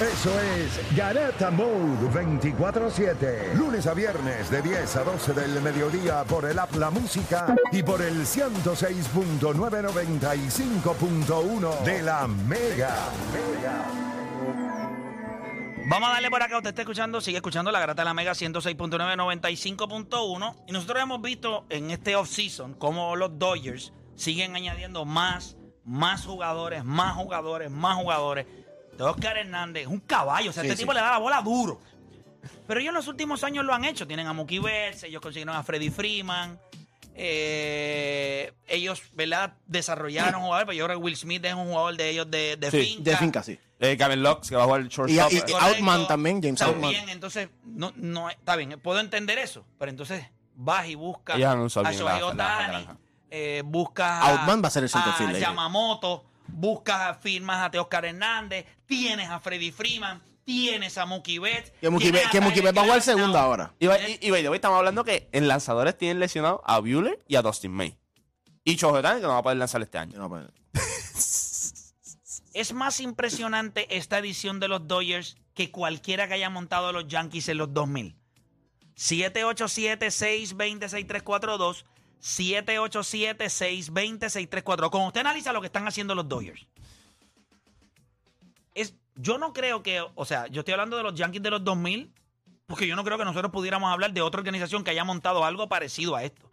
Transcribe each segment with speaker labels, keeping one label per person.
Speaker 1: Eso es Garata Mode 24-7. Lunes a viernes de 10 a 12 del mediodía por el App La Música y por el 106.995.1 de la Mega.
Speaker 2: Vamos a darle por acá, usted está escuchando, sigue escuchando la Grata de la Mega 106.995.1 y nosotros hemos visto en este offseason cómo los Dodgers siguen añadiendo más, más jugadores, más jugadores, más jugadores. De Oscar Hernández, es un caballo, o sea, este tipo le da la bola duro. Pero ellos en los últimos años lo han hecho, tienen a Mookie Betts, ellos consiguieron a Freddy Freeman, eh, ellos, ¿verdad? Desarrollaron jugadores, pero yo creo que Will Smith es un jugador de ellos de, de
Speaker 3: Sí,
Speaker 2: finca.
Speaker 3: de finca, sí.
Speaker 4: Eh, Kevin Locks, que va a jugar el
Speaker 3: Y,
Speaker 4: shortstop.
Speaker 3: y-
Speaker 4: Eh,
Speaker 3: y Outman también, James
Speaker 2: También,
Speaker 3: Outman.
Speaker 2: entonces, no, no, está bien, puedo entender eso, pero entonces vas y buscas
Speaker 4: Ellos han usado
Speaker 2: a
Speaker 4: bien la-
Speaker 2: Shohei
Speaker 4: la- la
Speaker 2: Ohtani,
Speaker 4: naranja.
Speaker 2: eh, buscas a,
Speaker 3: Outman va a ser el eh. center
Speaker 2: a
Speaker 3: fielder.
Speaker 2: Yamamoto, buscas a firmas a Teoscar Hernández, tienes a Freddy Freeman, tienes a Mookie Betts.
Speaker 3: Que Mookie
Speaker 2: tienes
Speaker 3: Betts-
Speaker 2: a
Speaker 3: que Mookie
Speaker 2: Tyler
Speaker 3: Betts va a jugar
Speaker 2: Glasnow.
Speaker 3: segunda ahora.
Speaker 4: Y, by-
Speaker 2: Eh.
Speaker 4: y, y by the way, estamos hablando que en lanzadores tienen lesionado a Bueller y a Dustin May. Y Chojo que no va a poder lanzar este año.
Speaker 3: No, pues,
Speaker 2: Es más impresionante esta edición de los Dodgers que cualquiera que haya montado a los Yankees en los 2000. 787-620-6342. 787-620-6342. Cuando usted analiza lo que están haciendo los Dodgers, es, yo no creo que, o sea, yo estoy hablando de los Yankees de los 2000, porque yo no creo que nosotros pudiéramos hablar de otra organización que haya montado algo parecido a esto.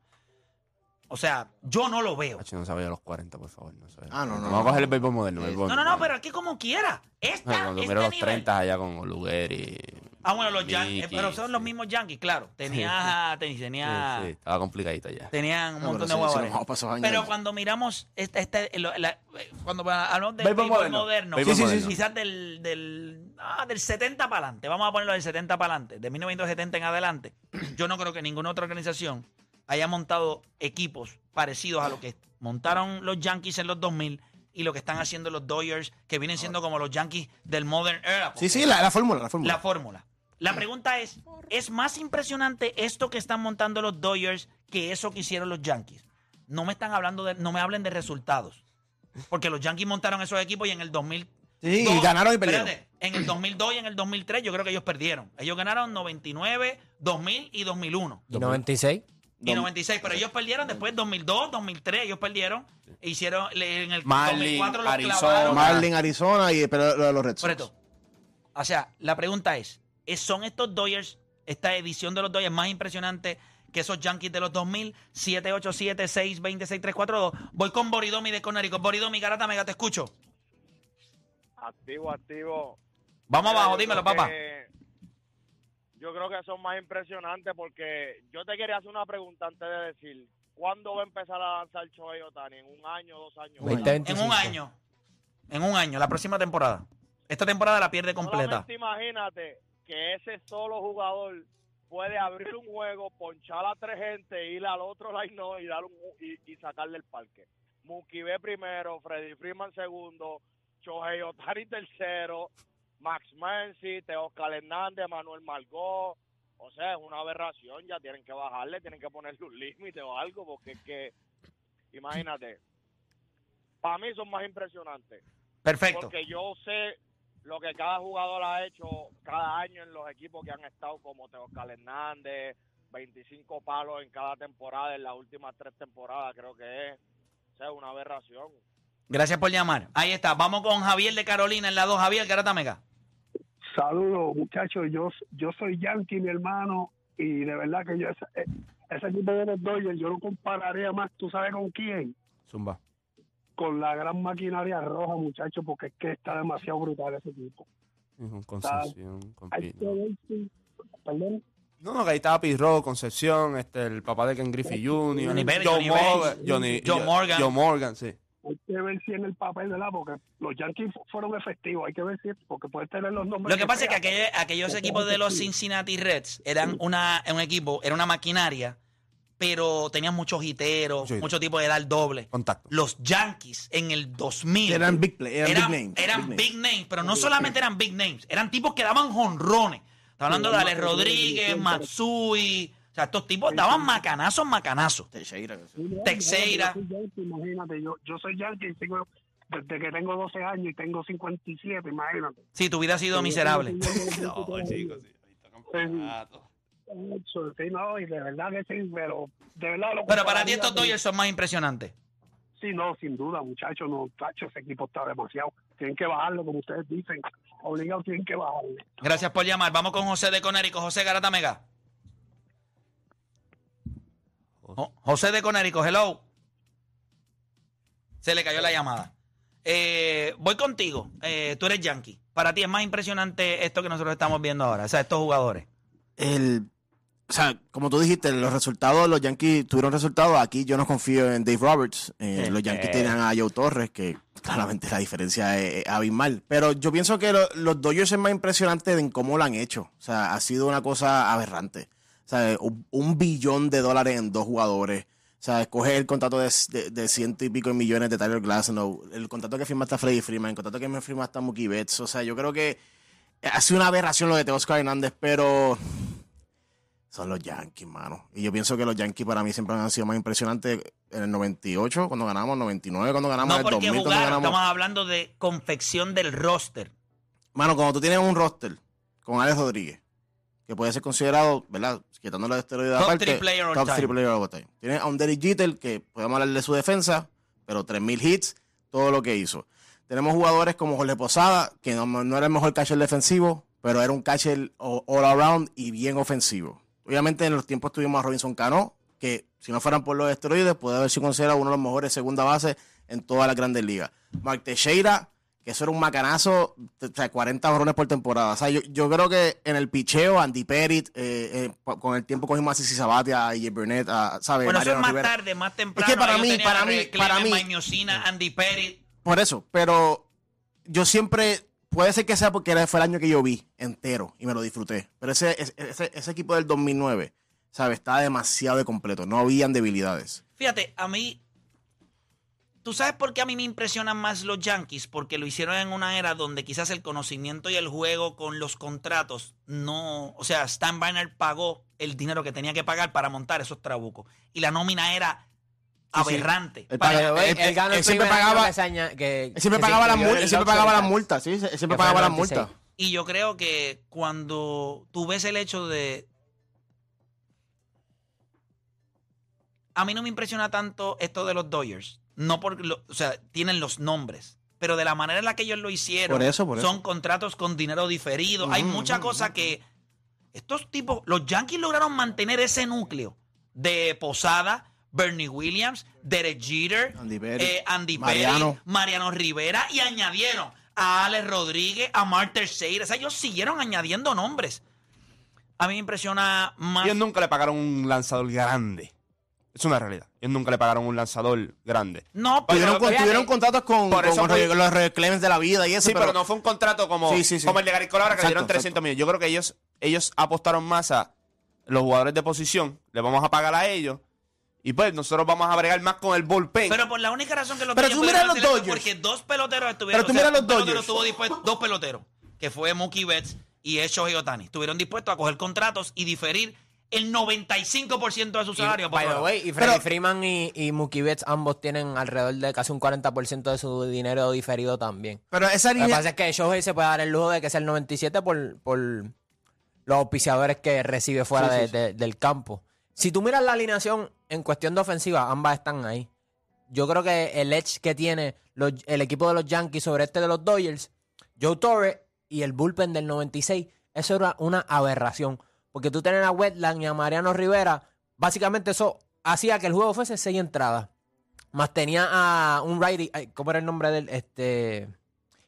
Speaker 2: O sea, yo no lo veo.
Speaker 4: Hacho, no se vaya a los 40, por favor. No se vaya.
Speaker 3: Ah, no, no,
Speaker 4: Vamos
Speaker 3: no.
Speaker 4: a coger el béisbol moderno. béisbol
Speaker 2: No, no, no,
Speaker 4: moderno.
Speaker 2: pero aquí como quiera. Esta,
Speaker 4: Ay, Cuando
Speaker 2: este
Speaker 4: miro los
Speaker 2: nivel.
Speaker 4: 30 allá con Luger y.
Speaker 2: Ah, bueno, los Yankees,
Speaker 4: Mickey,
Speaker 2: pero son los
Speaker 4: sí.
Speaker 2: mismos Yankees, claro. Tenía, ten- tenía,
Speaker 4: Sí, sí, estaba complicadito ya.
Speaker 2: Tenían un
Speaker 3: No,
Speaker 2: montón de
Speaker 3: Ah, pero sí, sí,
Speaker 2: jugadores.
Speaker 3: nos vamos para esos años.
Speaker 2: pero cuando miramos, este, este- lo- la- cuando hablamos de
Speaker 4: Béisbol
Speaker 2: béisbol
Speaker 4: moderno.
Speaker 2: moderno,
Speaker 4: Béisbol
Speaker 2: sí, sí, sí,
Speaker 4: moderno.
Speaker 2: quizás del, del, ah, del 70 para adelante, vamos a ponerlo del 70 para adelante, de 1970 en adelante, yo no creo que ninguna otra organización haya montado equipos parecidos a lo que montaron los Yankees en los 2000 y lo que están haciendo los Dodgers, que vienen siendo como los Yankees del Modern Era.
Speaker 3: Sí,
Speaker 2: porque-
Speaker 3: sí, la, la fórmula, la fórmula.
Speaker 2: la fórmula. La pregunta es, ¿es más impresionante esto que están montando los Dodgers que eso que hicieron los Yankees? No me están hablando de, no me hablen de resultados. Porque los Yankees montaron esos equipos y en el 2000
Speaker 3: Sí, y ganaron y perdieron.
Speaker 2: Espérate, en el 2002 y en el 2003 yo creo que ellos perdieron. Ellos ganaron 99, 2000 y 2001.
Speaker 5: ¿Y 96?
Speaker 2: Y 96, pero ellos perdieron después 2002, 2003, ellos perdieron. E hicieron le- en el
Speaker 4: Marlin,
Speaker 2: 2004 los
Speaker 4: Arizona.
Speaker 2: clavaron.
Speaker 3: Marlin, Arizona, y, pero lo de los Red Sox.
Speaker 2: Por esto. O sea, la pregunta es, ¿es- ¿son estos Dodgers, esta edición de los Dodgers más impresionante que esos Yankees de los 2000? 787 626 342 Voy con Boridomi de Conérico. Boridomi, garata mega, te escucho.
Speaker 6: Activo, activo.
Speaker 2: Vamos
Speaker 6: Mira,
Speaker 2: abajo,
Speaker 6: yo
Speaker 2: dímelo,
Speaker 6: creo
Speaker 2: papá.
Speaker 6: que- Yo creo que son más impresionantes porque yo te quería hacer una pregunta antes de decir, ¿cuándo va a empezar a lanzar Shohei Otani? ¿En un año, dos años?
Speaker 5: Veinte,
Speaker 6: ¿verdad?
Speaker 2: En un año. En un año, la próxima temporada. Esta temporada la pierde completa.
Speaker 6: Solamente imagínate que ese solo jugador puede abrir un juego, ponchar a tres gente, ir al otro line no, y, dar un, y, y sacarle el parque. Mookie Betts primero, Freddy Freeman segundo, Chohei Otani tercero, Max Mancy, Teoscar Hernández, Manuel Margot. O sea, es una aberración, ya tienen que bajarle, tienen que ponerle un límite o algo, porque es que, imagínate, para mí son más impresionantes.
Speaker 2: Perfecto.
Speaker 6: Porque yo sé lo que cada jugador ha hecho cada año en los equipos que han estado, como Teoscar Hernández, 25 palos en cada temporada, en las últimas tres temporadas, creo que es. O sea, una aberración.
Speaker 2: Gracias por llamar. Ahí está. Vamos con Javier de Carolina en la 2. Javier, garata mega.
Speaker 7: Saludos, muchachos. Yo, yo soy Yankee, mi hermano, y de verdad que yo ese, eh, ese equipo de los Dodgers yo lo compararía más, ¿tú sabes con quién?
Speaker 4: Zumba.
Speaker 7: Con la gran maquinaria roja, muchachos, porque es que está demasiado brutal ese equipo.
Speaker 4: Ujú, Concepción, con
Speaker 7: Hay que
Speaker 4: Pino.
Speaker 7: ver si- Perdón.
Speaker 4: No, no, que ahí estaba Pirro, Concepción, este, el papá de Ken Griffey Jr.,
Speaker 2: Johnny Berry,
Speaker 4: Joe
Speaker 2: Johnny
Speaker 4: Morgan,
Speaker 2: Berry.
Speaker 4: Johnny-
Speaker 2: Joe
Speaker 4: Jo-
Speaker 2: Morgan.
Speaker 4: Joe Morgan, sí.
Speaker 7: Hay que ver si en el papel de la, porque los Yankees fu- fueron efectivos, hay que ver si, porque puede tener los nombres.
Speaker 2: Lo que pasa es que
Speaker 7: sea.
Speaker 2: aquello- aquellos equipos de los Cincinnati Reds eran una, un equipo, era una maquinaria, pero tenían muchos hiteros,
Speaker 3: Mucho hitero.
Speaker 2: muchos tipos de dar doble.
Speaker 3: Contacto.
Speaker 2: Los Yankees en el 2000
Speaker 3: Eran big play, eran
Speaker 2: eran,
Speaker 3: big names,
Speaker 2: eran
Speaker 3: big
Speaker 2: big,
Speaker 3: names.
Speaker 2: names, pero no solamente eran big names, eran tipos que daban jonrones. Está hablando de Alex Rodríguez, Matsui. O sea, estos tipos daban macanazos, macanazos. Texeira.
Speaker 7: Yo soy Yankee, Imagínate, yo, yo soy Yankee y tengo- desde que tengo 12 años y tengo 57, imagínate.
Speaker 2: Sí, tu vida ha sido miserable.
Speaker 7: No, chicos. Sí, no, y de verdad que sí, pero de verdad lo
Speaker 2: Pero para ti
Speaker 7: compararía
Speaker 2: estos
Speaker 7: con-
Speaker 2: Dodgers son más impresionantes.
Speaker 7: Sí, no, sin duda, muchachos, no, tacho, ese equipo está demasiado. Tienen que bajarlo, como ustedes dicen. Obligados tienen que bajarlo.
Speaker 2: Gracias por llamar. Vamos con José de Conérico. José Garata Mega. Jo- José de Conérico, hello. Se le cayó la llamada. Eh, voy contigo. Eh, tú eres yankee. Para ti es más impresionante esto que nosotros estamos viendo ahora. O sea, estos jugadores.
Speaker 3: el, o sea, como tú dijiste, los resultados, los Yankees tuvieron resultados. Aquí yo no confío en Dave Roberts. Eh, los Yankees tenían a Joe Torres, que claramente la diferencia es, es abismal. Pero yo pienso que lo- los Dodgers es más impresionante en cómo lo han hecho. O sea, ha sido una cosa aberrante. O sea, un, un billón de dólares en dos jugadores. O sea, escoger el contrato de, de- de ciento y pico de millones de Tyler Glasnow, el contrato que firma hasta Freddy Freeman, el contrato que me firma hasta Mookie Betts. O sea, yo creo que ha sido una aberración lo de Teoscar Hernández, pero son los Yankees, mano. Y yo pienso que los Yankees para mí siempre han sido más impresionantes en el 98 cuando ganamos, 99 cuando ganamos,
Speaker 2: No
Speaker 3: en el
Speaker 2: porque
Speaker 3: 2000 cuando
Speaker 2: jugaron,
Speaker 3: ganamos. Eh,
Speaker 2: estamos hablando de confección del roster.
Speaker 3: Mano, cuando tú tienes un roster con Alex Rodríguez, que puede ser considerado, ¿verdad? Quitando los esteroides
Speaker 2: Top
Speaker 3: aparte,
Speaker 2: three player all
Speaker 3: top
Speaker 2: time.
Speaker 3: three player all time. Tienes a un Derek Jeter, que podemos hablar de su defensa, pero 3.000 hits, todo lo que hizo. Tenemos jugadores como Jorge Posada, que no, no era el mejor catcher defensivo, pero era un catcher all all around y bien ofensivo. Obviamente en los tiempos tuvimos a Robinson Cano, que si no fueran por los esteroides, puede haber sido considerado uno de los mejores segunda base en todas las grandes ligas. Mark Teixeira, que eso era un macanazo, o sea, 40 borrones por temporada. O sea, yo, yo creo que en el picheo, Andy Perit, eh, eh, con el tiempo cogimos a Sisi Sabatia, a J. Burnett, a, ¿sabes?
Speaker 2: Bueno, eso es
Speaker 3: Mariano
Speaker 2: más
Speaker 3: Rivera.
Speaker 2: tarde, más temprano.
Speaker 3: para
Speaker 2: Ellos
Speaker 3: mí,
Speaker 2: tenían a
Speaker 3: para mí,
Speaker 2: Ray
Speaker 3: para
Speaker 2: Clemens,
Speaker 3: mí.
Speaker 2: Mike Mussina, Andy Perry.
Speaker 3: Por eso, pero yo siempre, puede ser que sea porque era- fue el año que yo vi entero y me lo disfruté, pero ese, ese- ese, ese equipo del 2009, ¿sabes? Estaba demasiado de completo, no habían debilidades.
Speaker 2: Fíjate, a mí. ¿Tú sabes por qué a mí me impresionan más los Yankees? Porque lo hicieron en una era donde quizás el conocimiento y el juego con los contratos no. O sea, Stan Biner pagó el dinero que tenía que pagar para montar esos trabucos. Y la nómina era
Speaker 3: Sí, Eh, sí.
Speaker 2: aberrante.
Speaker 3: El
Speaker 2: Para-
Speaker 3: pagador-
Speaker 5: Él, él ganó el
Speaker 3: él siempre
Speaker 5: primer año
Speaker 3: pagaba-
Speaker 5: que se aña- que-
Speaker 3: Él siempre
Speaker 5: que se
Speaker 3: pagaba las
Speaker 5: incluyó en
Speaker 3: multas,
Speaker 5: el
Speaker 3: él siempre
Speaker 5: luxury
Speaker 3: pagaba las
Speaker 5: tax.
Speaker 3: multas, sí, él
Speaker 5: fue
Speaker 3: siempre
Speaker 5: el
Speaker 3: pagaba las
Speaker 5: 96.
Speaker 3: multas.
Speaker 2: Y yo creo que cuando tú ves el hecho de... A mí no me impresiona tanto esto de los Dodgers. No porque, lo- o sea, tienen los nombres. Pero de la manera en la que ellos lo hicieron,
Speaker 3: Por eso, por eso.
Speaker 2: son contratos con dinero diferido. Hay
Speaker 3: Ujú,
Speaker 2: muchas
Speaker 3: ujú,
Speaker 2: cosas
Speaker 3: ujú.
Speaker 2: que estos tipos, los Yankees lograron mantener ese núcleo de Posada, Bernie Williams, Derek Jeter,
Speaker 3: Andy Pettit,
Speaker 2: eh, Andy
Speaker 3: Mariano.
Speaker 2: Pettit, Mariano Rivera y añadieron a Alex Rodríguez, a Mark Teixeira. O sea, ellos siguieron añadiendo nombres. A mí me impresiona más.
Speaker 4: Ellos nunca le pagaron un lanzador grande. Es una realidad. Ellos nunca le pagaron un lanzador grande.
Speaker 2: No, pero
Speaker 3: Tuvieron, con-
Speaker 4: fíjate,
Speaker 3: tuvieron contratos con,
Speaker 4: por
Speaker 3: con
Speaker 4: eso
Speaker 3: Jorge-
Speaker 4: fue-
Speaker 3: los Jorge Clemens de la vida y eso,
Speaker 4: Sí, pero, no fue un contrato como,
Speaker 3: Sí, sí, sí.
Speaker 4: como el de Gary Cole ahora que le dieron
Speaker 3: Exacto,
Speaker 4: 300 millones. Yo creo que ellos, ellos apostaron más a los jugadores de posición. Le vamos a pagar a ellos. Y pues nosotros vamos a bregar más con el bullpen.
Speaker 2: Pero por la única razón que los
Speaker 3: Pero
Speaker 2: Dodgers
Speaker 3: tú miras
Speaker 2: pudieron
Speaker 3: los
Speaker 2: hacer esto
Speaker 3: Dodgers.
Speaker 2: Porque dos peloteros estuvieron.
Speaker 3: Pero tú
Speaker 2: o sea,
Speaker 3: miras los
Speaker 2: un pelotero
Speaker 3: Dodgers.
Speaker 2: estuvo dispuesto- dos peloteros, que fue Mookie Betts y Echo Otani, estuvieron dispuestos a coger contratos y diferir el 95% de su
Speaker 5: Y,
Speaker 2: salario. por
Speaker 5: by the
Speaker 2: hora.
Speaker 5: way, y Freddie
Speaker 3: Pero-
Speaker 5: Freeman y, y Mookie Betts ambos tienen alrededor de casi un 40% de su dinero diferido también.
Speaker 3: Pero esa
Speaker 5: Lo que
Speaker 3: línea...
Speaker 5: pasa es que Shohei se puede dar el lujo de que sea el 97 por, por los auspiciadores que recibe fuera
Speaker 3: Sí, sí,
Speaker 5: de-
Speaker 3: sí.
Speaker 5: de- del campo. Si tú miras la alineación en cuestión de ofensiva, ambas están ahí. Yo creo que el edge que tiene los- el equipo de los Yankees sobre este de los Dodgers, Joe Torres y el bullpen del 96, eso era una aberración. Porque tú tener a Wetland y a Mariano Rivera, básicamente eso hacía que el juego fuese seis entradas. Más tenía a un righty, ay, ¿cómo era el nombre del? Este,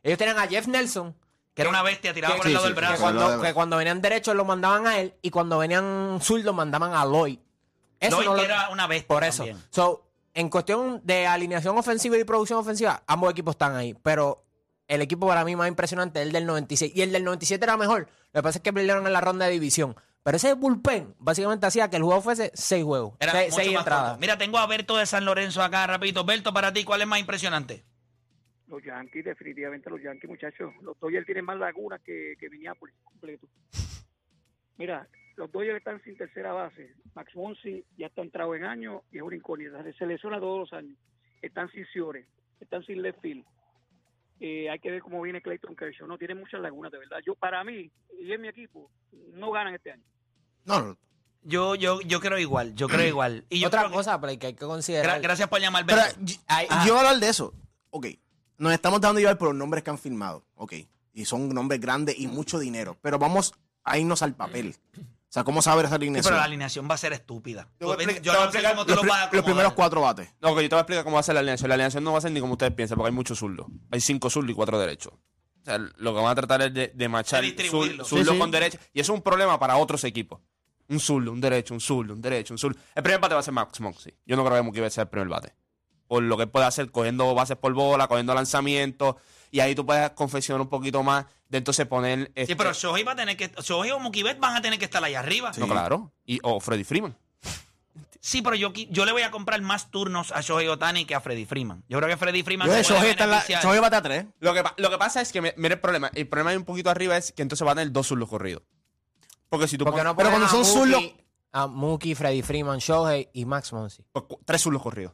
Speaker 5: ellos tenían a Jeff Nelson,
Speaker 2: que era una bestia tirada
Speaker 5: que-
Speaker 2: por el
Speaker 3: sí,
Speaker 2: lado
Speaker 3: sí,
Speaker 2: del
Speaker 3: sí,
Speaker 5: que
Speaker 3: sí,
Speaker 2: brazo.
Speaker 3: lo
Speaker 5: cuando,
Speaker 3: debo.
Speaker 5: que cuando venían derechos lo mandaban a él y cuando venían zurdos mandaban a Lloyd. Eso
Speaker 2: Lloyd
Speaker 5: no lo-
Speaker 2: era una bestia.
Speaker 5: Por eso.
Speaker 2: también.
Speaker 5: So, en cuestión de alineación ofensiva y producción ofensiva, ambos equipos están ahí. Pero el equipo para mí más impresionante es el del 96. Y el del 97 era mejor. Lo que pasa es que perdieron en la ronda de división. Pero ese bullpen básicamente hacía que el juego fuese seis juegos.
Speaker 2: Era
Speaker 5: seis
Speaker 2: mucho
Speaker 5: seis
Speaker 2: más
Speaker 5: entradas.
Speaker 2: corto. Mira, tengo a Berto de San Lorenzo acá, rapidito. Berto, para ti, ¿cuál es más impresionante?
Speaker 8: Los Yankees, definitivamente los Yankees, muchachos. Los Dodgers tienen más lagunas que, que Minneapolis completo. Mira, los Dodgers están sin tercera base. Max Monsi ya está entrado en año y es una incógnita. Se lesiona todos los años. Están sin Ciore, están sin left field. Eh, hay que ver cómo viene Clayton Kershaw. No, tiene muchas lagunas, de verdad. Yo, para mí, y en mi equipo, no ganan este año.
Speaker 3: No, no.
Speaker 2: Yo, yo, yo creo igual, yo creo igual. Y yo
Speaker 5: Otra
Speaker 2: creo que-
Speaker 5: cosa Play, que hay que
Speaker 2: Gra-
Speaker 5: considerar.
Speaker 2: gracias por llamar,
Speaker 3: Pero
Speaker 2: Berto.
Speaker 3: yo-
Speaker 5: Ay,
Speaker 3: yo voy a hablar de eso. Ok. Nos estamos dando llevar por los nombres que han firmado. Ok. Y son nombres grandes y mucho dinero. Pero vamos a irnos al papel. O sea, ¿cómo saber
Speaker 2: Sí,
Speaker 3: esa alineación?
Speaker 2: pero la alineación va a ser estúpida.
Speaker 4: Te voy a
Speaker 2: Yo
Speaker 4: explicar-
Speaker 2: no
Speaker 4: te voy a
Speaker 2: sé
Speaker 4: explicar
Speaker 2: cómo tú
Speaker 3: los,
Speaker 2: lo
Speaker 3: pri-
Speaker 2: vas a
Speaker 3: los primeros
Speaker 2: acomodar.
Speaker 3: cuatro bates.
Speaker 4: No, que yo te voy a explicar cómo va a ser la alineación. La alineación no va a ser ni como ustedes piensan, porque hay muchos zurdos. Hay cinco zurdos y cuatro derechos. O sea, lo que van a tratar es de, de machar
Speaker 2: De distribuirlo.
Speaker 4: zur- zurdo
Speaker 3: Sí, sí.
Speaker 4: con derecho. Y eso es un problema para otros equipos. Un zurdo, un derecho, un zurdo, un derecho, un zurdo. El primer bate va a ser Max Monsi. Yo no creo que Mookie Betts sea el primer bate. Por lo que puede hacer cogiendo bases por bola, cogiendo lanzamientos. Y ahí tú puedes confeccionar un poquito más de entonces poner...
Speaker 2: Sí,
Speaker 4: este-
Speaker 2: pero Shohei va a tener que. Shohei o Mukibet van a tener que estar allá arriba.
Speaker 4: No, claro. Y, o Freddy Freeman.
Speaker 2: Sí, pero yo, qui- yo le voy a comprar más turnos a Shohei Otani que a Freddy Freeman. Yo creo que Freddy Freeman.
Speaker 3: Yo de
Speaker 2: se puede
Speaker 3: Shohei está en la-
Speaker 2: beneficiar.
Speaker 3: Shohei bate a tres.
Speaker 4: Lo que, pa- lo que pasa es que, me- mira el problema. El problema hay un poquito arriba es que entonces van a tener dos zurdos corridos. Porque si tú
Speaker 5: Porque
Speaker 4: pones
Speaker 5: no
Speaker 3: Pero
Speaker 5: ponen
Speaker 3: cuando son
Speaker 5: a
Speaker 3: zurdos-
Speaker 5: Mookie- A Mookie, Freddy Freeman, Shohei y Max Monsi.
Speaker 4: pues, cu- tres zurdos corridos.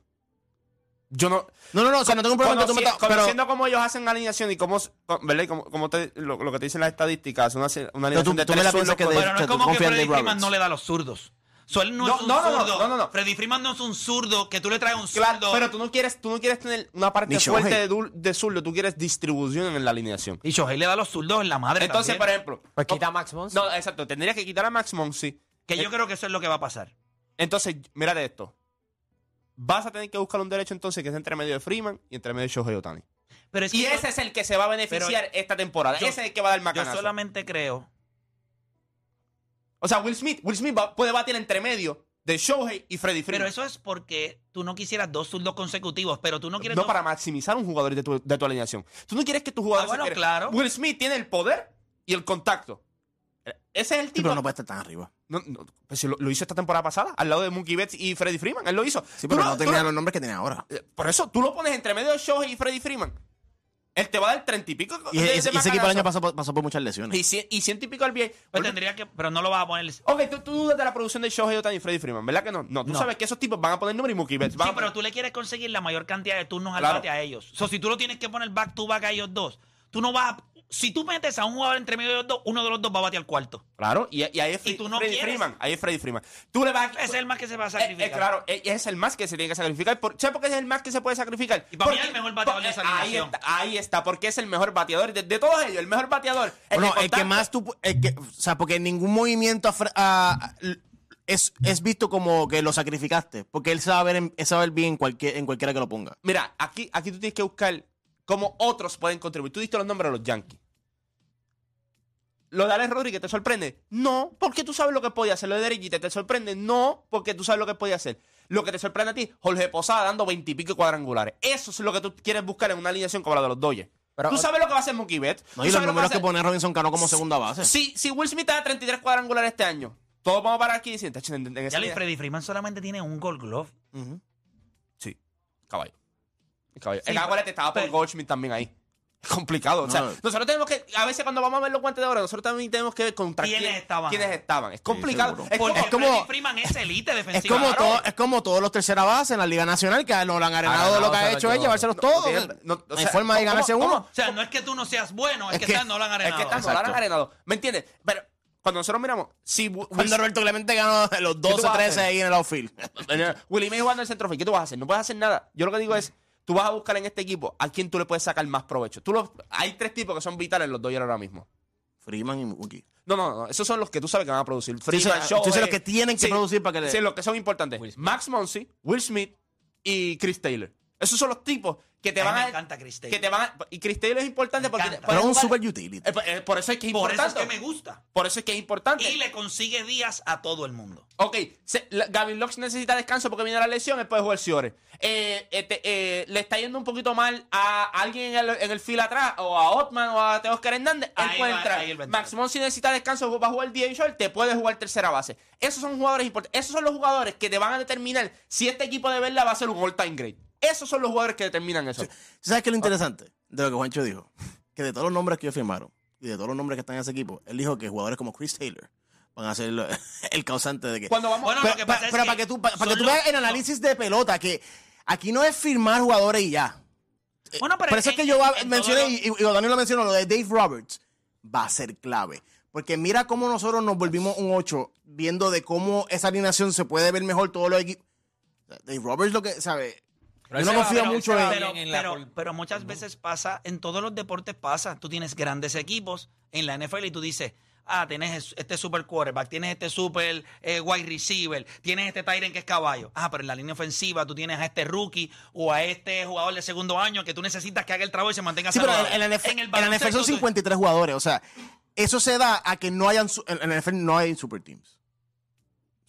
Speaker 4: Yo no.
Speaker 3: No, no, no. O sea, no tengo un problema. con que tú
Speaker 4: Conoci-
Speaker 3: metas- pero,
Speaker 4: conociendo cómo ellos hacen alineación y cómo, s- co- ¿verdad? Y cómo- cómo te- lo, lo que te dicen las estadísticas, una, se- una
Speaker 3: Pero tú-
Speaker 4: alineación de
Speaker 3: tú
Speaker 4: tres
Speaker 3: me la
Speaker 4: zurdos
Speaker 3: piensas que
Speaker 4: con-
Speaker 3: de-
Speaker 2: Pero no es
Speaker 3: Tú
Speaker 2: como que
Speaker 3: confías en
Speaker 2: Freddy
Speaker 3: Dave
Speaker 2: Freeman
Speaker 3: Roberts.
Speaker 2: no le da a los zurdos. So, él no,
Speaker 4: No,
Speaker 2: es un
Speaker 4: no, no, no,
Speaker 2: zurdo.
Speaker 4: no, no, no.
Speaker 2: Freddy Freeman no es un zurdo que tú le traigas un
Speaker 4: Claro,
Speaker 2: zurdo.
Speaker 4: pero tú no quieres, tú no quieres tener una parte
Speaker 3: Ni
Speaker 4: fuerte
Speaker 3: Shohei.
Speaker 4: de, dul- de zurdo, tú quieres distribución en la alineación.
Speaker 2: Y Shohei le da a los zurdos en la madre.
Speaker 4: Entonces, por
Speaker 2: también.
Speaker 4: ejemplo.
Speaker 5: Pues
Speaker 4: no-
Speaker 5: quita a Max Monsi.
Speaker 4: No, exacto. Tendrías que quitar a Max Monsi.
Speaker 2: Que yo creo que eso es lo que va a pasar.
Speaker 4: Entonces, mírate esto. Vas a tener que buscar un derecho entonces que es entre medio de Freeman y entre medio de Shohei Otani.
Speaker 2: Pero es que
Speaker 4: Y
Speaker 2: yo-
Speaker 4: ese es el que se va a beneficiar esta temporada.
Speaker 2: yo-
Speaker 4: ese es el que va a dar
Speaker 2: yo
Speaker 4: macanazo.
Speaker 2: solamente creo
Speaker 4: O sea, Will Smith, Will Smith va- puede batir entre medio de Shohei y Freddy Freeman.
Speaker 2: Pero eso es porque tú no quisieras dos zurdos consecutivos, pero tú no quieres.
Speaker 4: no
Speaker 2: dos-
Speaker 4: para maximizar un jugador de tu, de tu alineación. Tú no quieres que tu
Speaker 2: Ah,
Speaker 4: jugador... se
Speaker 2: bueno,
Speaker 4: quede-
Speaker 2: claro.
Speaker 4: Will Smith tiene el poder y el contacto. Ese es el
Speaker 3: Sí,
Speaker 4: tipo...
Speaker 3: pero no puede estar tan arriba.
Speaker 4: No, no, pues si lo, lo hizo esta temporada pasada, al lado de Mookie Betts y Freddy Freeman. Él lo hizo.
Speaker 3: Sí,
Speaker 4: Tú
Speaker 3: pero
Speaker 4: lo-
Speaker 3: no
Speaker 4: tú
Speaker 3: tenía
Speaker 4: lo-
Speaker 3: los nombres que tiene ahora.
Speaker 4: eh, Por eso, tú lo pones entre medio de Shohei y Freddy Freeman. Él te va a dar treinta y pico.
Speaker 3: Y,
Speaker 4: de-
Speaker 3: y-
Speaker 4: de
Speaker 3: y ese equipo el año
Speaker 4: macanazo.
Speaker 3: pasado por- pasó por muchas lesiones.
Speaker 4: Y cien- y ciento y pico al bien.
Speaker 2: Pues tendría que, pero no lo vas a poner. Sí,
Speaker 4: Ok, tú, tú dudas de la producción de Shohei Otani y Freddy Freeman, ¿verdad que no? No, tú
Speaker 2: No.
Speaker 4: sabes que esos tipos van a poner número y Mookie Betts. van a
Speaker 2: pero
Speaker 4: poner-
Speaker 2: tú le quieres conseguir la mayor cantidad de turnos al
Speaker 4: Claro.
Speaker 2: bate a ellos. O sea, si tú lo tienes que poner back to back a ellos dos, tú no vas a- Si tú metes a un jugador entre medio de los dos, uno de los dos va a batear cuarto.
Speaker 4: Claro, y, y ahí es
Speaker 2: Y
Speaker 4: Fre-
Speaker 2: tú no
Speaker 4: Freddy
Speaker 2: quieres.
Speaker 4: Freeman. Ahí es Freddy Freeman. Tú le vas a...
Speaker 2: Ese es el más que se va a
Speaker 4: Eh, eh,
Speaker 2: sacrificar.
Speaker 4: claro, eh, es el más que se tiene que sacrificar. Por- ¿Sabes por qué es el más que se puede sacrificar?
Speaker 2: Y para mí
Speaker 4: Porque-
Speaker 2: es el mejor bateador de esa
Speaker 4: eh, ahí
Speaker 2: alineación.
Speaker 4: está, ahí está, porque es el mejor bateador de, de todos ellos, el mejor bateador.
Speaker 3: Bueno,
Speaker 4: de
Speaker 3: el que
Speaker 4: contacto.
Speaker 3: más tú. pu- el que- o sea, porque ningún movimiento a Fre- a- l- es, es visto como que lo sacrificaste. Porque él sabe ver, en- él se va a ver bien en, cualquier, en cualquiera que lo ponga.
Speaker 4: Mira, aquí, aquí tú tienes que buscar cómo otros pueden contribuir. Tú diste los nombres de los Yankees. Lo de Alex Rodríguez te sorprende. No, porque tú sabes lo que podía hacer. Lo de Derek Jeter te sorprende. No, porque tú sabes lo que podía hacer. Lo que te sorprende a ti, Jorge Posada dando veintipico cuadrangulares. Eso es lo que tú quieres buscar en una alineación como la de los Dodgers.
Speaker 5: Pero-
Speaker 4: tú sabes lo que va a hacer Mookie Betts.
Speaker 3: No,
Speaker 4: Tú
Speaker 3: y los
Speaker 4: sabes lo va a
Speaker 3: números que
Speaker 4: hacer-
Speaker 3: pone Robinson Cano como segunda base.
Speaker 4: Si, si Will Smith te da 33 cuadrangulares este año, todos vamos a parar aquí y dicen, "Tacho, en- en esa
Speaker 2: Ya Luis
Speaker 4: línea".
Speaker 2: Freddy Freeman solamente tiene un Gold Glove.
Speaker 3: Ujú.
Speaker 4: Sí, caballo. El caballo.
Speaker 2: Sí,
Speaker 4: el caballo te estaba por
Speaker 2: pero-
Speaker 4: Goldschmidt también ahí. Es complicado. O sea,
Speaker 3: No.
Speaker 4: nosotros tenemos que, a veces cuando vamos a ver los guantes de oro, nosotros también tenemos que ver contra
Speaker 2: ¿Quiénes
Speaker 4: quién-
Speaker 2: estaban?
Speaker 4: quiénes estaban. Es complicado.
Speaker 3: seguro.
Speaker 4: es, como,
Speaker 2: Porque
Speaker 3: es como-
Speaker 2: Freddy Freeman es elite
Speaker 3: Es
Speaker 2: defensivo.
Speaker 3: como,
Speaker 2: Claro.
Speaker 3: todo, es como todos los tercera base en la Liga Nacional que lo han ganado
Speaker 4: ganado,
Speaker 3: lo que ha
Speaker 4: se lo
Speaker 3: hecho es
Speaker 4: llevó.
Speaker 3: llevárselos
Speaker 4: No,
Speaker 3: todos.
Speaker 4: no tiene- no, o
Speaker 3: No hay
Speaker 4: sea,
Speaker 3: forma de
Speaker 4: ¿cómo-
Speaker 3: ganarse
Speaker 4: cómo-
Speaker 3: uno.
Speaker 2: O sea, no es que tú no seas bueno, es,
Speaker 3: Es
Speaker 2: que,
Speaker 3: que-
Speaker 2: estás no lo han
Speaker 4: es
Speaker 2: arenado.
Speaker 4: que están, no la han
Speaker 3: Exacto.
Speaker 4: arenado. ¿Me entiendes? Pero cuando nosotros miramos, si Wi-
Speaker 3: Cuando
Speaker 4: Will-
Speaker 3: Roberto Clemente ganó los
Speaker 4: tú vas a
Speaker 3: 12, 13
Speaker 4: hacer?
Speaker 3: ahí en el outfield.
Speaker 4: eh, Willy May jugando en el centro ¿qué tú vas a hacer? No puedes hacer nada. Yo lo que digo es, tú vas a buscar en este equipo a quién tú le puedes sacar más provecho. Tú los- hay tres tipos que son vitales en los Dodgers ahora mismo.
Speaker 3: Freeman y Mookie.
Speaker 4: No, no, no. Esos son los que tú sabes que van a producir.
Speaker 3: o sea, tú
Speaker 4: eh.
Speaker 3: dices los que tienen que producir para que le-
Speaker 4: Sí, los que son importantes. Max Monsi, Will Smith y Chris Taylor. Esos son los tipos que te
Speaker 2: A mí
Speaker 4: van
Speaker 2: me
Speaker 4: a.
Speaker 2: encanta Chris Taylor.
Speaker 4: Que te van a- y Chris Taylor es importante
Speaker 2: Me
Speaker 4: porque.
Speaker 2: encanta.
Speaker 3: Pero
Speaker 4: para
Speaker 3: es un
Speaker 4: jugar-
Speaker 3: super utility.
Speaker 4: Eh, eh, por eso es que es
Speaker 2: Por eso es
Speaker 4: importante.
Speaker 2: que me gusta.
Speaker 4: Por eso es que es importante.
Speaker 2: Y le consigue días a todo el mundo.
Speaker 4: Ok, se- la- Gavin Lux necesita descanso porque viene la lesión, después juega el Ciore. Eh, este, eh, le está yendo un poquito mal a alguien en el, en el fila atrás, o a Otman o a Teoscar Hernández. Él
Speaker 2: Ahí
Speaker 4: puede
Speaker 2: va-
Speaker 4: entrar.
Speaker 2: ahí él va a entrar.
Speaker 4: Max Monsi necesita descanso, va a jugar el día y short, te puede jugar tercera base. Esos son jugadores importantes. Esos son los jugadores que te van a determinar si este equipo de verdad va a ser un all-time great. Esos son los jugadores que determinan eso.
Speaker 3: ¿Tú ¿Sabes qué es lo interesante de lo que Juancho dijo? Que de todos los nombres que ellos firmaron y de todos los nombres que están en ese equipo, él dijo que jugadores como Chris Taylor van a ser lo- el causante de que.
Speaker 4: Cuando vamos
Speaker 2: Bueno,
Speaker 3: pero
Speaker 2: lo que
Speaker 3: pa-
Speaker 2: pasa es
Speaker 3: pero
Speaker 2: que
Speaker 3: para que tú, pa- para
Speaker 2: son
Speaker 3: que tú
Speaker 2: los-
Speaker 3: veas el análisis de pelota, que aquí no es firmar jugadores y ya.
Speaker 4: Eh,
Speaker 2: Bueno, pero
Speaker 3: Por eso es
Speaker 2: en-
Speaker 3: que yo
Speaker 2: en-
Speaker 3: va-
Speaker 2: en
Speaker 3: mencioné,
Speaker 2: todo lo-
Speaker 3: y, y Daniel lo mencionó, lo de Dave Roberts va a ser clave. Porque mira cómo nosotros nos volvimos un 8, viendo de cómo esa alineación se puede ver mejor todos los equipos. Dave Roberts lo que, sabe Yo
Speaker 5: Pero él
Speaker 3: no
Speaker 5: se va-
Speaker 3: confío
Speaker 5: pero él
Speaker 3: mucho
Speaker 5: se
Speaker 3: en-
Speaker 5: va
Speaker 2: pero,
Speaker 5: bien en la
Speaker 2: pero-
Speaker 5: pol-
Speaker 2: pero muchas veces pasa, en todos los deportes pasa. Tú tienes grandes equipos en la NFL y tú dices, ah, tienes es- este super quarterback, tienes este super eh, wide receiver, tienes este Tyren que es caballo. Ah, pero en la línea ofensiva tú tienes a este rookie o a este jugador de segundo año que tú necesitas que haga el trabajo y se mantenga
Speaker 3: Sí, pero
Speaker 2: saludable.
Speaker 3: en la NFL, en la NFL
Speaker 2: baloncesto
Speaker 3: son
Speaker 2: tú-
Speaker 3: 53 jugadores. O sea, eso se da a que no hayan. su- En en la NFL no hay super teams.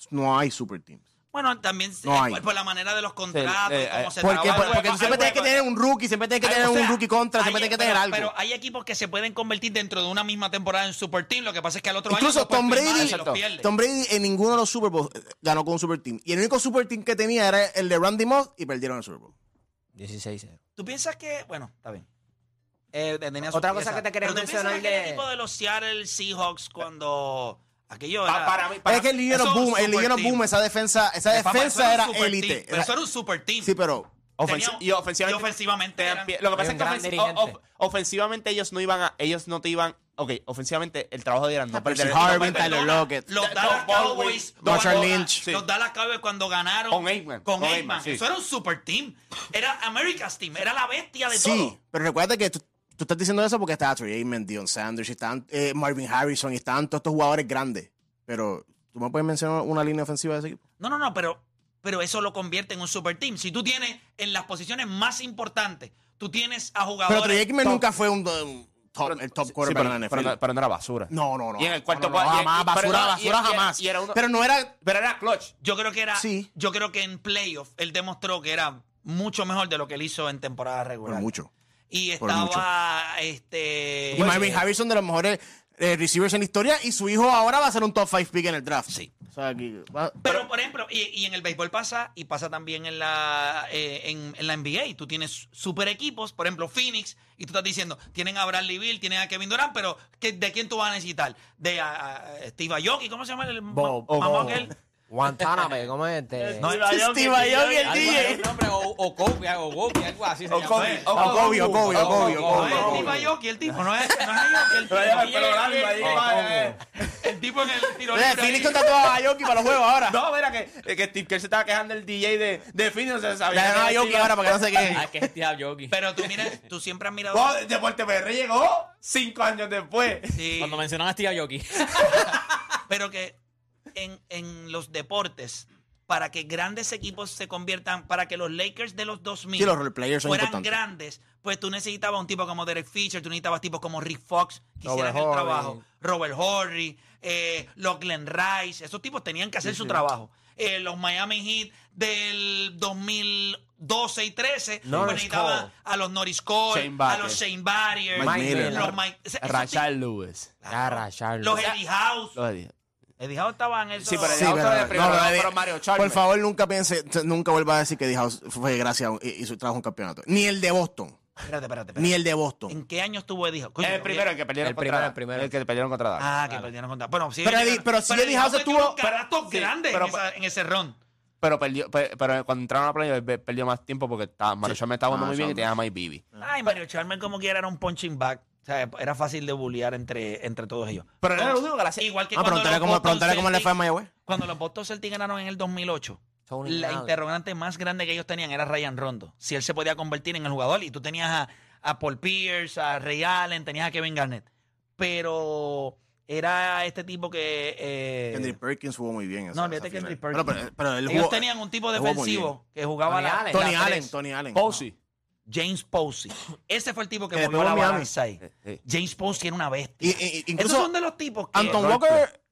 Speaker 3: No hay super teams.
Speaker 2: Bueno, también
Speaker 3: No
Speaker 2: eh,
Speaker 3: hay.
Speaker 2: por, por la manera de los contratos,
Speaker 4: eh,
Speaker 2: cómo
Speaker 4: eh,
Speaker 2: se
Speaker 3: Porque,
Speaker 2: trabaja.
Speaker 3: por-
Speaker 4: hay
Speaker 3: porque tú
Speaker 4: hueco,
Speaker 3: siempre
Speaker 4: hay
Speaker 3: tienes que
Speaker 4: hueco.
Speaker 3: tener un rookie, siempre tienes que
Speaker 2: Ay,
Speaker 3: tener
Speaker 2: o sea,
Speaker 3: un rookie contra, siempre
Speaker 2: hay-
Speaker 3: tienes que
Speaker 2: pero-
Speaker 3: tener algo.
Speaker 2: Pero hay equipos que se pueden convertir dentro de una misma temporada en super team. Lo que pasa es que al otro
Speaker 3: Incluso
Speaker 2: año pues, no puedes
Speaker 3: Tom
Speaker 2: firmar
Speaker 3: Brady-
Speaker 2: y los
Speaker 4: Exacto.
Speaker 2: pierde.
Speaker 3: Tom Brady en ninguno de los Super Bowls eh, ganó con un super team. Y el único super team que tenía era el de Randy Moss y perdieron el Super Bowl.
Speaker 5: 16-0.
Speaker 2: ¿Tú piensas que.? Bueno, está bien. Eh, te- tenía
Speaker 5: Otra
Speaker 2: su-
Speaker 5: cosa
Speaker 2: esa.
Speaker 5: que te quería
Speaker 2: Pero ¿tú piensas
Speaker 5: mencionar
Speaker 2: que aquel
Speaker 5: de-
Speaker 2: equipo de los Seattle Seahawks cuando. Aquello
Speaker 4: Pa-
Speaker 2: era.
Speaker 4: para mí- para-
Speaker 3: es que el Liguero
Speaker 2: eso es un
Speaker 3: Boom, el
Speaker 2: super
Speaker 3: Liguero
Speaker 2: team.
Speaker 3: Boom, esa defensa, esa
Speaker 2: Eh, papá, eso
Speaker 3: defensa
Speaker 2: era
Speaker 3: era
Speaker 2: un super team,
Speaker 3: élite.
Speaker 2: Pero
Speaker 3: Era-
Speaker 2: eso era un super team.
Speaker 3: Sí, pero.
Speaker 4: Ofensi-
Speaker 2: Tenía-
Speaker 4: y ofensivamente,
Speaker 2: y ofensivamente
Speaker 4: tenían
Speaker 2: eran-
Speaker 4: pie- lo que pasa es que
Speaker 5: Había un
Speaker 4: ofensi-
Speaker 5: gran
Speaker 4: o-
Speaker 5: dirigente.
Speaker 4: of- ofensivamente ellos no iban a ellos no te iban ok ofensivamente el trabajo de Irán no perder
Speaker 3: Percy
Speaker 4: no
Speaker 3: Harvin,
Speaker 4: perder-
Speaker 3: Tyler Lockett.
Speaker 2: Los
Speaker 4: Don
Speaker 2: Dallas
Speaker 4: Baldwin,
Speaker 2: Cowboys,
Speaker 4: Don
Speaker 2: los
Speaker 3: Marshall
Speaker 2: Dallas-
Speaker 3: Lynch.
Speaker 4: Sí.
Speaker 2: los Dallas Cowboys cuando ganaron
Speaker 4: Con Aikman,
Speaker 2: con
Speaker 4: con
Speaker 2: Aikman,
Speaker 4: Aikman, sí.
Speaker 2: eso era un super team, era America's team, era la bestia de
Speaker 3: Sí,
Speaker 2: todo.
Speaker 3: pero recuerda que tú, tú estás diciendo eso porque está Trey Aikman, Dion Sanders, y están eh, Marvin Harrison, y están todos estos jugadores grandes. Pero tú me puedes mencionar una línea ofensiva de ese equipo.
Speaker 2: No, no, no, pero, pero eso lo convierte en un super team. Si tú tienes en las posiciones más importantes, tú tienes a
Speaker 3: Pero
Speaker 2: jugadores.
Speaker 3: Trey Aikman
Speaker 4: top.
Speaker 3: nunca fue un, un top, el top
Speaker 4: Sí,
Speaker 3: quarterback
Speaker 4: pero,
Speaker 3: en la NFL.
Speaker 4: pero no- pero no era basura
Speaker 3: no, no, no.
Speaker 4: Y en el cuarto
Speaker 3: no, no, no,
Speaker 4: cuadro- y-
Speaker 3: jamás,
Speaker 4: y-
Speaker 3: basura,
Speaker 4: pero no, y-
Speaker 3: basura,
Speaker 4: y- y-
Speaker 3: jamás.
Speaker 4: y era uno-
Speaker 3: pero no era.
Speaker 4: pero era clutch
Speaker 2: Yo creo que era.
Speaker 3: Sí.
Speaker 2: Yo creo que en playoff él demostró que era mucho mejor de lo que él hizo en temporada regular.
Speaker 3: Por mucho.
Speaker 2: Y
Speaker 3: por
Speaker 2: estaba este.
Speaker 3: Y Marvin Harrison, de los mejores eh, receivers en la historia, y su hijo ahora va a ser un top 5 pick en el draft.
Speaker 2: Sí.
Speaker 3: O sea, que va-
Speaker 2: Pero, por ejemplo, y, y en el béisbol pasa, y pasa también en la, eh, en, en la NBA. Tú tienes super equipos, por ejemplo, Phoenix, y tú estás diciendo, tienen a Bradley Bill, tienen a Kevin Durant, pero ¿qué- ¿de quién tú vas a necesitar? ¿De a, a Steve Aoki? ¿Cómo se llama el ma-
Speaker 5: Bob.
Speaker 2: mamá
Speaker 5: Bob.
Speaker 2: aquel?
Speaker 5: Guantáname, ¿cómo es este?
Speaker 2: No,
Speaker 3: Steve Aoki, el
Speaker 5: Algo así,
Speaker 3: DJ.
Speaker 5: no, pero o, o Kobe, o Kobe, algo así. se
Speaker 4: O
Speaker 5: llama.
Speaker 4: Kobe,
Speaker 2: fue.
Speaker 4: o
Speaker 3: Okobi, Okobi,
Speaker 4: Kobe, o
Speaker 3: Okobi,
Speaker 4: Kobe,
Speaker 2: No
Speaker 3: Okobi,
Speaker 2: es
Speaker 3: Okobi.
Speaker 2: Steve Aoki el tipo, no es, no es Aoki el tipo.
Speaker 4: pero dale, ahí, vaya, eh.
Speaker 2: El tipo en el tiro
Speaker 3: Oye,
Speaker 2: libre
Speaker 3: Phoenix
Speaker 2: ahí.
Speaker 3: contrató a Ayoki para los juegos ahora.
Speaker 4: no mira que, que Steve Kerr se estaba quejando del DJ de, de Phoenix o sea,
Speaker 3: Le
Speaker 4: sabía
Speaker 3: ganó a
Speaker 4: que
Speaker 3: Ayoki
Speaker 4: iba-
Speaker 3: ahora para que no se quede.
Speaker 5: Ah, es que es Steve Aoki.
Speaker 2: Pero tú, miras, tú siempre has mirado...
Speaker 4: Oh, Deporte PR llegó cinco años después
Speaker 2: Sí.
Speaker 5: Cuando mencionan a Steve Aoki.
Speaker 2: pero que en, en los deportes, para que grandes equipos se conviertan, para que los Lakers de los 2000
Speaker 3: Sí, los role players son
Speaker 2: fueran
Speaker 3: importantes.
Speaker 2: grandes, pues tú necesitabas un tipo como Derek Fisher, tú necesitabas tipos como Rick Fox, que hicieran
Speaker 5: Robert
Speaker 2: el
Speaker 5: Horry.
Speaker 2: trabajo, Robert Horry, eh, Lachlan Rice, esos tipos tenían que hacer su trabajo. Eh, los Miami Heat del 2012 y 13 pues
Speaker 5: Norris
Speaker 2: necesitaban
Speaker 5: Cole.
Speaker 2: a los Norris Cole,
Speaker 4: Shane
Speaker 2: a
Speaker 4: Barrett.
Speaker 2: los Shane Barrier,
Speaker 3: Mike Miller.
Speaker 2: los Mike, o sea, esos
Speaker 4: Lewis
Speaker 5: Cara,
Speaker 2: tipos-
Speaker 5: Charles.
Speaker 2: los Eddie House.
Speaker 4: Lo dije.
Speaker 2: Eddie House estaba en eso.
Speaker 4: Sí, pero
Speaker 3: Sí,
Speaker 4: House
Speaker 3: pero-
Speaker 4: era de primero,
Speaker 3: no, pero
Speaker 4: no,
Speaker 3: de-
Speaker 4: pero Mario Chalmers.
Speaker 3: Por favor, nunca piense, t- nunca vuelva a decir que D. House fue gracias a un- y, y su trabajo un campeonato. Ni el de Boston.
Speaker 2: Espérate, espérate, espérate.
Speaker 3: Ni el de Boston.
Speaker 2: ¿En qué año estuvo Eddie House? Coño,
Speaker 4: el
Speaker 2: no,
Speaker 4: primero el que perdieron
Speaker 5: El
Speaker 4: contra
Speaker 5: primero,
Speaker 4: Dallas.
Speaker 5: el primero.
Speaker 4: que perdieron contra Dallas.
Speaker 2: Ah, que perdieron contra. Bueno, sí.
Speaker 3: Pero
Speaker 2: llegaron-
Speaker 3: Eddie- pero sí Eddie House
Speaker 2: metió
Speaker 3: estuvo-
Speaker 2: unos carajos
Speaker 4: pero-
Speaker 2: grandes
Speaker 4: sí, pero-
Speaker 2: en, esa- en ese ron.
Speaker 4: Pero, perdió, pe- pero cuando entraron a playoff pe- perdió más tiempo porque estaba, Mario Chalmers estaba jugando
Speaker 3: Ah,
Speaker 4: muy bien y
Speaker 3: Chalmers.
Speaker 4: tenía a Mike Bibby.
Speaker 2: Ay, Mario Chalmers como quiera era un punching back. O sea, era fácil de bullear entre, entre todos ellos.
Speaker 4: Pero era lo único que la hacía.
Speaker 2: Igual que
Speaker 3: Ah,
Speaker 2: cuando,
Speaker 3: preguntaré
Speaker 2: los
Speaker 3: cómo,
Speaker 2: Boston
Speaker 3: preguntaré cómo le fue a
Speaker 2: Celtics- Eh.
Speaker 3: Mayagüez.
Speaker 2: cuando los Boston Celtics ganaron en el 2008,
Speaker 5: Tony
Speaker 2: la
Speaker 5: Allen.
Speaker 2: interrogante más grande que ellos tenían era Ryan Rondo. Si él se podía convertir en el jugador. Y tú tenías a, a Paul Pierce, a Ray Allen, tenías a Kevin Garnett. Pero era este tipo que. eh,
Speaker 3: Kendrick Perkins jugó muy bien.
Speaker 2: No, olvídate Kendrick
Speaker 3: Pero,
Speaker 2: Perkins.
Speaker 3: pero, pero él
Speaker 2: ellos
Speaker 3: jugó-
Speaker 2: tenían un tipo
Speaker 3: él jugó muy
Speaker 2: defensivo que jugaba
Speaker 5: Tony
Speaker 2: la,
Speaker 5: Allen.
Speaker 2: la
Speaker 3: Tony
Speaker 2: tres.
Speaker 3: Allen, Tony Allen.
Speaker 4: Posey.
Speaker 2: James Posey. Ese fue el tipo que,
Speaker 3: Que
Speaker 2: movió
Speaker 3: después
Speaker 2: la
Speaker 3: Miami.
Speaker 2: balanza ahí.
Speaker 4: Eh, eh.
Speaker 2: James Posey era una bestia.
Speaker 3: Y- y- y-
Speaker 2: Esos son
Speaker 3: incluso
Speaker 2: de los tipos que.
Speaker 3: Anton
Speaker 4: Roy
Speaker 3: Walker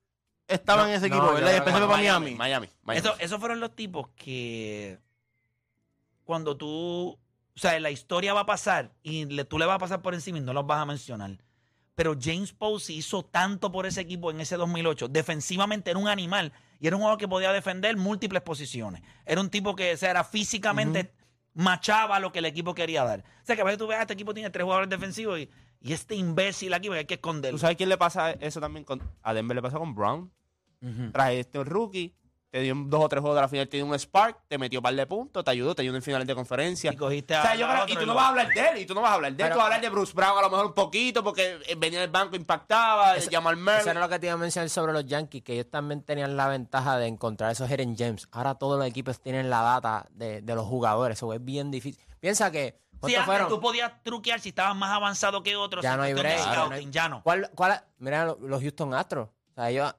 Speaker 3: estaba en ese
Speaker 5: no,
Speaker 3: equipo,
Speaker 5: yo
Speaker 3: ¿verdad? Y
Speaker 5: creo que
Speaker 3: después se fue para Miami.
Speaker 4: Miami. Miami.
Speaker 5: pues.
Speaker 2: Eso- esos fueron los tipos que cuando tú, o sea, la historia va a pasar y le- tú le vas a pasar por encima y no los vas a mencionar. Pero James Posey hizo tanto por ese equipo en ese 2008. Defensivamente era un animal y era un jugador que podía defender múltiples posiciones. Era un tipo que, o sea, era físicamente machaba lo que el equipo quería dar. O sea, que a veces tú veas, este equipo tiene tres jugadores defensivos y, y este imbécil aquí, porque hay que
Speaker 4: ¿Tú
Speaker 2: esconderlo.
Speaker 4: sabes quién le pasa eso también? Con, a Denver le pasa con Brown.
Speaker 2: Ujú.
Speaker 4: Trae este rookie, te dio un- dos o tres juegos de la final, te dio un spark, te metió un par de puntos, te ayudó, te ayudó en finales de conferencia.
Speaker 2: Y cogiste a
Speaker 4: O sea, yo
Speaker 2: a
Speaker 4: creo-
Speaker 2: otro
Speaker 4: y tú
Speaker 2: y
Speaker 4: no
Speaker 2: lo-
Speaker 4: vas a hablar de él, y tú no vas a hablar de él,
Speaker 5: Pero-
Speaker 4: tú vas a hablar de Bruce Brown a lo mejor un poquito, porque eh, venía del banco, impactaba,
Speaker 5: Ese-
Speaker 4: llamar
Speaker 5: Eso era
Speaker 4: Murray.
Speaker 5: lo que te iba a mencionar sobre los Yankees, que ellos también tenían la ventaja de encontrar esos hidden gems. Ahora todos los equipos tienen la data de, de los jugadores, eso es bien difícil. Piensa que,
Speaker 2: Si
Speaker 5: ¿cuántos
Speaker 2: antes
Speaker 5: fueron?
Speaker 2: tú podías truquear si estabas más avanzado que otros.
Speaker 5: Ya
Speaker 2: en
Speaker 5: no hay
Speaker 2: cuestión de
Speaker 5: break.
Speaker 4: Claro,
Speaker 2: scouting,
Speaker 5: no hay-
Speaker 2: Ya no.
Speaker 5: ¿Cuál, cuál- mira lo- los Houston Astros. O sea, ellos,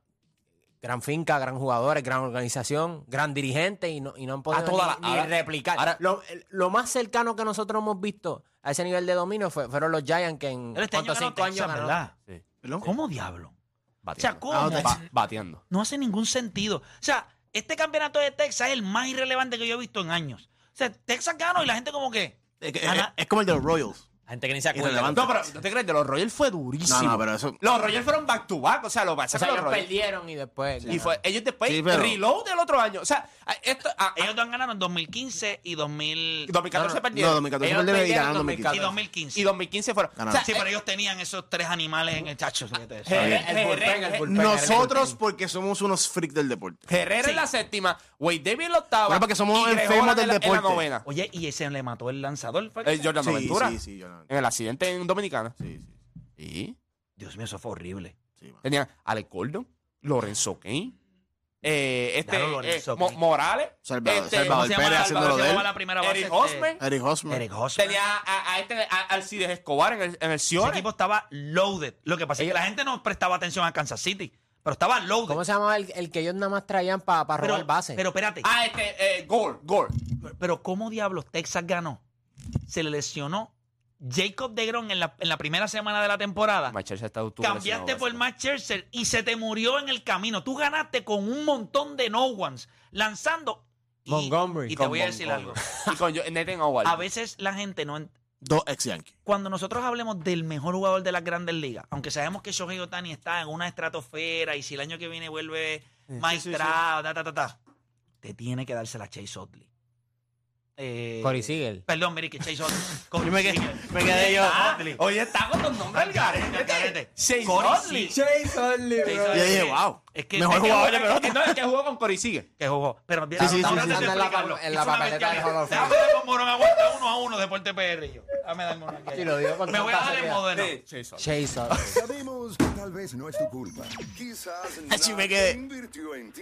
Speaker 5: gran finca, gran jugadores, gran organización, gran dirigente y no, y no han podido
Speaker 4: toda
Speaker 5: ni,
Speaker 4: la-
Speaker 5: ni
Speaker 4: ahora-
Speaker 5: replicar.
Speaker 4: ahora-
Speaker 5: lo, el- lo más cercano que nosotros hemos visto a ese nivel de dominio fue- fueron los Giants que en
Speaker 2: Pero este año
Speaker 5: ¿cuántos?
Speaker 2: ganó
Speaker 5: cinco años
Speaker 2: Texas,
Speaker 5: ganó.
Speaker 2: ¿verdad?
Speaker 4: Sí,
Speaker 3: ¿Perdón?
Speaker 2: ¿Cómo diablo? O sea,
Speaker 4: bateando.
Speaker 2: ¿cómo?
Speaker 3: Ah,
Speaker 4: Ba- bateando.
Speaker 2: No hace ningún sentido. O sea, este campeonato de Texas es el más irrelevante que yo he visto en años. O sea, Texas ganó y la gente como que...
Speaker 3: Es,
Speaker 4: Eh,
Speaker 3: que-
Speaker 2: Ah,
Speaker 3: es-
Speaker 2: no.
Speaker 3: es como el de los Royals.
Speaker 9: La gente que ni se acuerda.
Speaker 3: Irrelevante.
Speaker 4: No, pero ¿no te crees? De los Royals fue durísimo.
Speaker 3: No, no, pero eso.
Speaker 4: Los Royals fueron back to back, o sea, lo que pasa
Speaker 5: O
Speaker 4: es que
Speaker 5: sea,
Speaker 4: los
Speaker 5: ellos
Speaker 4: Royals-
Speaker 5: perdieron y después.
Speaker 4: Y fue, ellos después
Speaker 3: Sí, pero-
Speaker 4: reload del otro año. O sea, a- esto, a- a-
Speaker 2: Ellos dos han ganado en 2015 y, 2000,
Speaker 4: 2014
Speaker 3: No,
Speaker 4: perdieron.
Speaker 3: 2014
Speaker 5: Ellos
Speaker 3: fue el de
Speaker 5: perdieron
Speaker 3: ganando
Speaker 5: 2014.
Speaker 2: y
Speaker 3: 2015.
Speaker 2: 2015.
Speaker 4: Y 2015 fueron.
Speaker 3: Ganaron.
Speaker 4: O sea,
Speaker 2: sí,
Speaker 4: eh,
Speaker 2: pero ellos tenían esos tres animales en el chacho. fíjate eso.
Speaker 4: eh,
Speaker 3: bien.
Speaker 4: eh, eh, eh,
Speaker 3: Nosotros, porque somos unos freaks del deporte.
Speaker 4: Herrera
Speaker 2: Sí.
Speaker 4: en la séptima, Wade Davis en la octava.
Speaker 3: Bueno, porque somos
Speaker 4: y Gregola
Speaker 3: enfermos
Speaker 4: en
Speaker 3: del
Speaker 4: la- En
Speaker 3: deporte.
Speaker 4: la novena.
Speaker 2: eh. Oye, y ese le mató el lanzador. ¿fue?
Speaker 4: Eh, Jordan
Speaker 3: Sí,
Speaker 4: Ventura.
Speaker 3: sí, sí, yo no-
Speaker 4: En el accidente en Dominicana.
Speaker 3: sí, sí,
Speaker 4: Y
Speaker 2: Dios mío, eso fue horrible.
Speaker 3: sí, man.
Speaker 4: tenían Alec Gordon, Lorenzo Kane, eh, este,
Speaker 2: Claro, Lorenzo
Speaker 4: eh, Mo-
Speaker 2: Cain.
Speaker 4: Morales,
Speaker 3: Salvador-
Speaker 4: este,
Speaker 3: Salvador
Speaker 4: ¿cómo se llama?
Speaker 3: Pérez haciendo
Speaker 4: Salvador,
Speaker 2: se
Speaker 3: lo de
Speaker 4: ¿cómo
Speaker 3: él.
Speaker 2: llamaba la primera base?
Speaker 4: Eric
Speaker 2: este,
Speaker 4: Hosmer.
Speaker 3: Eric Hosmer.
Speaker 2: Eric Hosmer.
Speaker 4: Tenía a, a este, a- al Cides Escobar en el, en el
Speaker 2: Ese
Speaker 4: Ciore.
Speaker 2: equipo estaba loaded. Lo que pasa es que la gente no prestaba atención a Kansas City, pero estaba loaded.
Speaker 5: ¿Cómo se llamaba el, el que ellos nada más traían para
Speaker 2: pero,
Speaker 5: robar base?
Speaker 2: pero espérate,
Speaker 4: Ah, este, eh, Gore, Gore.
Speaker 2: pero ¿cómo diablos Texas ganó? Se le lesionó Jacob DeGrom en la, en la primera semana de la temporada.
Speaker 4: Machel se está tú
Speaker 2: Ah, Cambiaste por Matt Scherzer y se te murió en el camino. Tú ganaste con un montón de no ones lanzando. Y,
Speaker 5: Montgomery.
Speaker 2: Y te voy a decir algo.
Speaker 4: Y con yo- Nathan Howard.
Speaker 2: A veces la gente no, ent-
Speaker 3: Dos ex Yankees.
Speaker 2: cuando nosotros hablemos del mejor jugador de las grandes ligas, aunque sabemos que Shohei Otani está en una estratosfera y si el año que viene vuelve maestrado, ta, ta, ta, ta, te tiene que dársela a Chase Otley. Eh,
Speaker 5: Corey Siegel.
Speaker 2: Perdón, mire, que Chase Otley. Corey
Speaker 3: Yo me quedé-
Speaker 2: Seager.
Speaker 3: me quedé yo.
Speaker 2: Ah,
Speaker 4: Oye, está con los nombres del
Speaker 2: Al garete.
Speaker 4: garete. Shane
Speaker 2: Corey
Speaker 4: Dudley.
Speaker 2: Seager. Chase
Speaker 3: Yo
Speaker 2: Utley.
Speaker 3: dije, wow.
Speaker 2: Es que,
Speaker 3: Mejor
Speaker 2: es que-
Speaker 3: jugador
Speaker 4: Oye, pero no, es que jugó con Corey Sigue.
Speaker 2: que jugó. Pero
Speaker 3: sí, sí,
Speaker 2: ahora
Speaker 3: sí,
Speaker 2: te
Speaker 3: sí.
Speaker 2: sé
Speaker 5: Anda en la
Speaker 2: explicarlo.
Speaker 5: pa- en la
Speaker 2: Es una
Speaker 5: papeleta
Speaker 2: bestialidad.
Speaker 5: del Hall of Fame.
Speaker 2: Déjame dar con Morón, aguanta uno a uno, Deporte PR y yo. Dame darme uno aquí.
Speaker 5: Sí, lo digo con
Speaker 2: Me voy a
Speaker 5: tanta
Speaker 2: dar el
Speaker 5: seriedad.
Speaker 2: modelo.
Speaker 5: Chase Otley.
Speaker 1: Sabemos que tal vez no es tu culpa. Quizás
Speaker 3: Así me
Speaker 1: nadie
Speaker 3: quedé.
Speaker 1: invirtió en ti.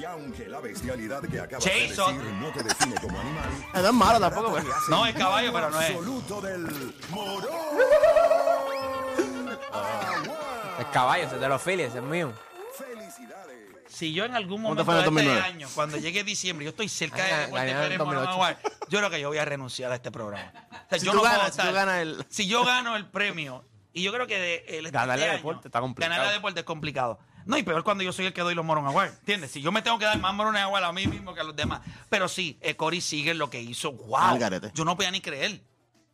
Speaker 1: Y aunque la bestialidad que acabas
Speaker 2: Jason.
Speaker 1: de decir no te define como animal,
Speaker 3: Eh, No es malo tampoco, güey.
Speaker 1: te hace
Speaker 2: No,
Speaker 1: el
Speaker 2: es caballo,
Speaker 1: dueño
Speaker 2: pero no es.
Speaker 1: absoluto del morón. Agua.
Speaker 5: El caballo, ese es de los Phillies, es mío.
Speaker 1: Felicidades.
Speaker 2: Si yo en algún momento
Speaker 3: ¿Cuánto fue en
Speaker 2: de
Speaker 3: el
Speaker 2: este
Speaker 3: 2009?
Speaker 2: año, cuando llegue diciembre, yo estoy cerca
Speaker 5: Ah,
Speaker 2: de
Speaker 5: la-
Speaker 2: Deporte
Speaker 5: la
Speaker 2: Pérez
Speaker 5: ganaron en
Speaker 2: Morón
Speaker 5: 2008.
Speaker 2: Aguar, yo creo que yo voy a renunciar a este programa. O sea,
Speaker 3: Si
Speaker 2: yo
Speaker 3: tú
Speaker 2: no puedo
Speaker 3: ganas, si tú
Speaker 2: estar-
Speaker 3: ganas el-
Speaker 2: si yo gano el premio, y yo creo que de- el este
Speaker 4: Ganarle a
Speaker 2: año,
Speaker 4: Deporte está complicado.
Speaker 2: Ganarle a Deporte es complicado. No, y peor cuando yo soy el que doy los Morón Aguar, ¿entiendes? Si yo me tengo que dar más Morón Aguar a mí mismo que a los demás. Pero sí, eh, Cory Siegel lo que hizo, wow.
Speaker 3: Al garete.
Speaker 2: Yo no podía ni creer.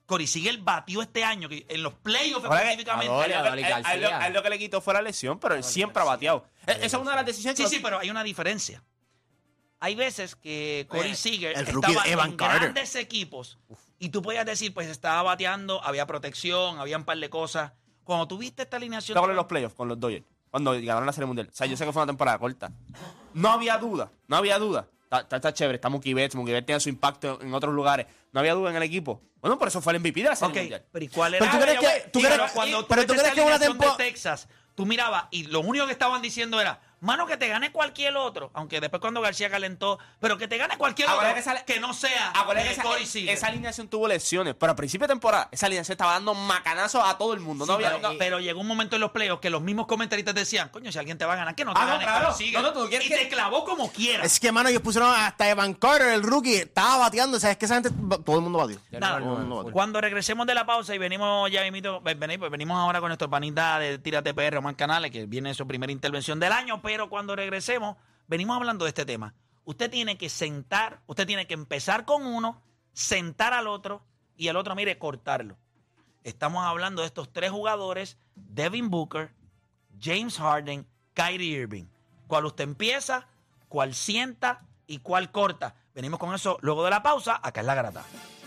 Speaker 2: Cory Siegel batió este año, que en los playoffs
Speaker 4: Ahora que-
Speaker 2: específicamente.
Speaker 4: a él lo-
Speaker 5: a Dolly
Speaker 4: a él- a él lo-
Speaker 5: García.
Speaker 4: a él lo que le quitó fue la lesión, pero él siempre ha bateado. Eh, Esa es una de las decisiones
Speaker 2: Sí,
Speaker 4: que-
Speaker 2: sí, pero hay una diferencia. Hay veces que Corey
Speaker 3: Eh,
Speaker 2: Seager
Speaker 3: el rookie
Speaker 2: estaba
Speaker 3: de Evan
Speaker 2: en
Speaker 3: Carter.
Speaker 2: grandes equipos y tú podías decir, pues estaba bateando, había protección, había un par de cosas. Cuando tuviste esta alineación...
Speaker 4: Estaba en los playoffs con los Dodgers, cuando ganaron la Serie Mundial. O sea, yo sé que fue una temporada corta. No había duda, no había duda. Está, está- está chévere, está Mookie Betts, Mookie Betts tenía su impacto en otros lugares. No había duda en el equipo. Bueno, por eso fue el MVP de la Serie
Speaker 2: Ok,
Speaker 4: Mundial.
Speaker 2: pero ¿y cuál era?
Speaker 3: Pero tú crees
Speaker 2: Ah,
Speaker 3: que- tú
Speaker 2: sí,
Speaker 3: crees-
Speaker 2: pero cuando
Speaker 3: pero tú
Speaker 2: tuviste
Speaker 3: crees
Speaker 2: esa
Speaker 3: que una
Speaker 2: alineación
Speaker 3: tempo-
Speaker 2: de Texas, tú mirabas y lo único que estaban diciendo era, Mano, que te gane cualquier otro. Aunque después cuando García calentó, pero que te gane cualquier
Speaker 4: Acuérdate
Speaker 2: otro que,
Speaker 4: que esa-
Speaker 2: no sea
Speaker 4: Acuérdate
Speaker 2: eh,
Speaker 4: que Ah, esa, e-
Speaker 2: Corey Seager.
Speaker 4: esa alineación tuvo lesiones, pero a principio de temporada esa alineación estaba dando macanazos a todo el mundo.
Speaker 2: Sí,
Speaker 4: no había,
Speaker 2: pero,
Speaker 4: no-
Speaker 2: pero llegó un momento en los playoffs que los mismos comentaristas decían, coño, si alguien te va a ganar, que no te
Speaker 4: Ah, no,
Speaker 2: gane
Speaker 4: claro.
Speaker 2: Corey Seager".
Speaker 4: No, no, tú quieres
Speaker 2: y
Speaker 4: que-
Speaker 2: te clavó como quieras.
Speaker 3: Es que, mano, ellos pusieron hasta Evan Carter, el rookie, estaba bateando. ¿Sabes que esa gente, todo el mundo batió.
Speaker 2: Nada,
Speaker 3: Todo el mundo batió.
Speaker 2: cuando regresemos de la pausa y venimos ya mismito, ven- venimos, venimos ahora con nuestro panita de Tírate PR, Román Canales, que viene su primera intervención del año, pero cuando regresemos, venimos hablando de este tema. Usted tiene que sentar, usted tiene que empezar con uno, sentar al otro y al otro, mire, cortarlo. Estamos hablando de estos tres jugadores, Devin Booker, James Harden, Kyrie Irving. ¿Cuál usted empieza, cuál sienta y cuál corta? Venimos con eso luego de la pausa, acá es la garata.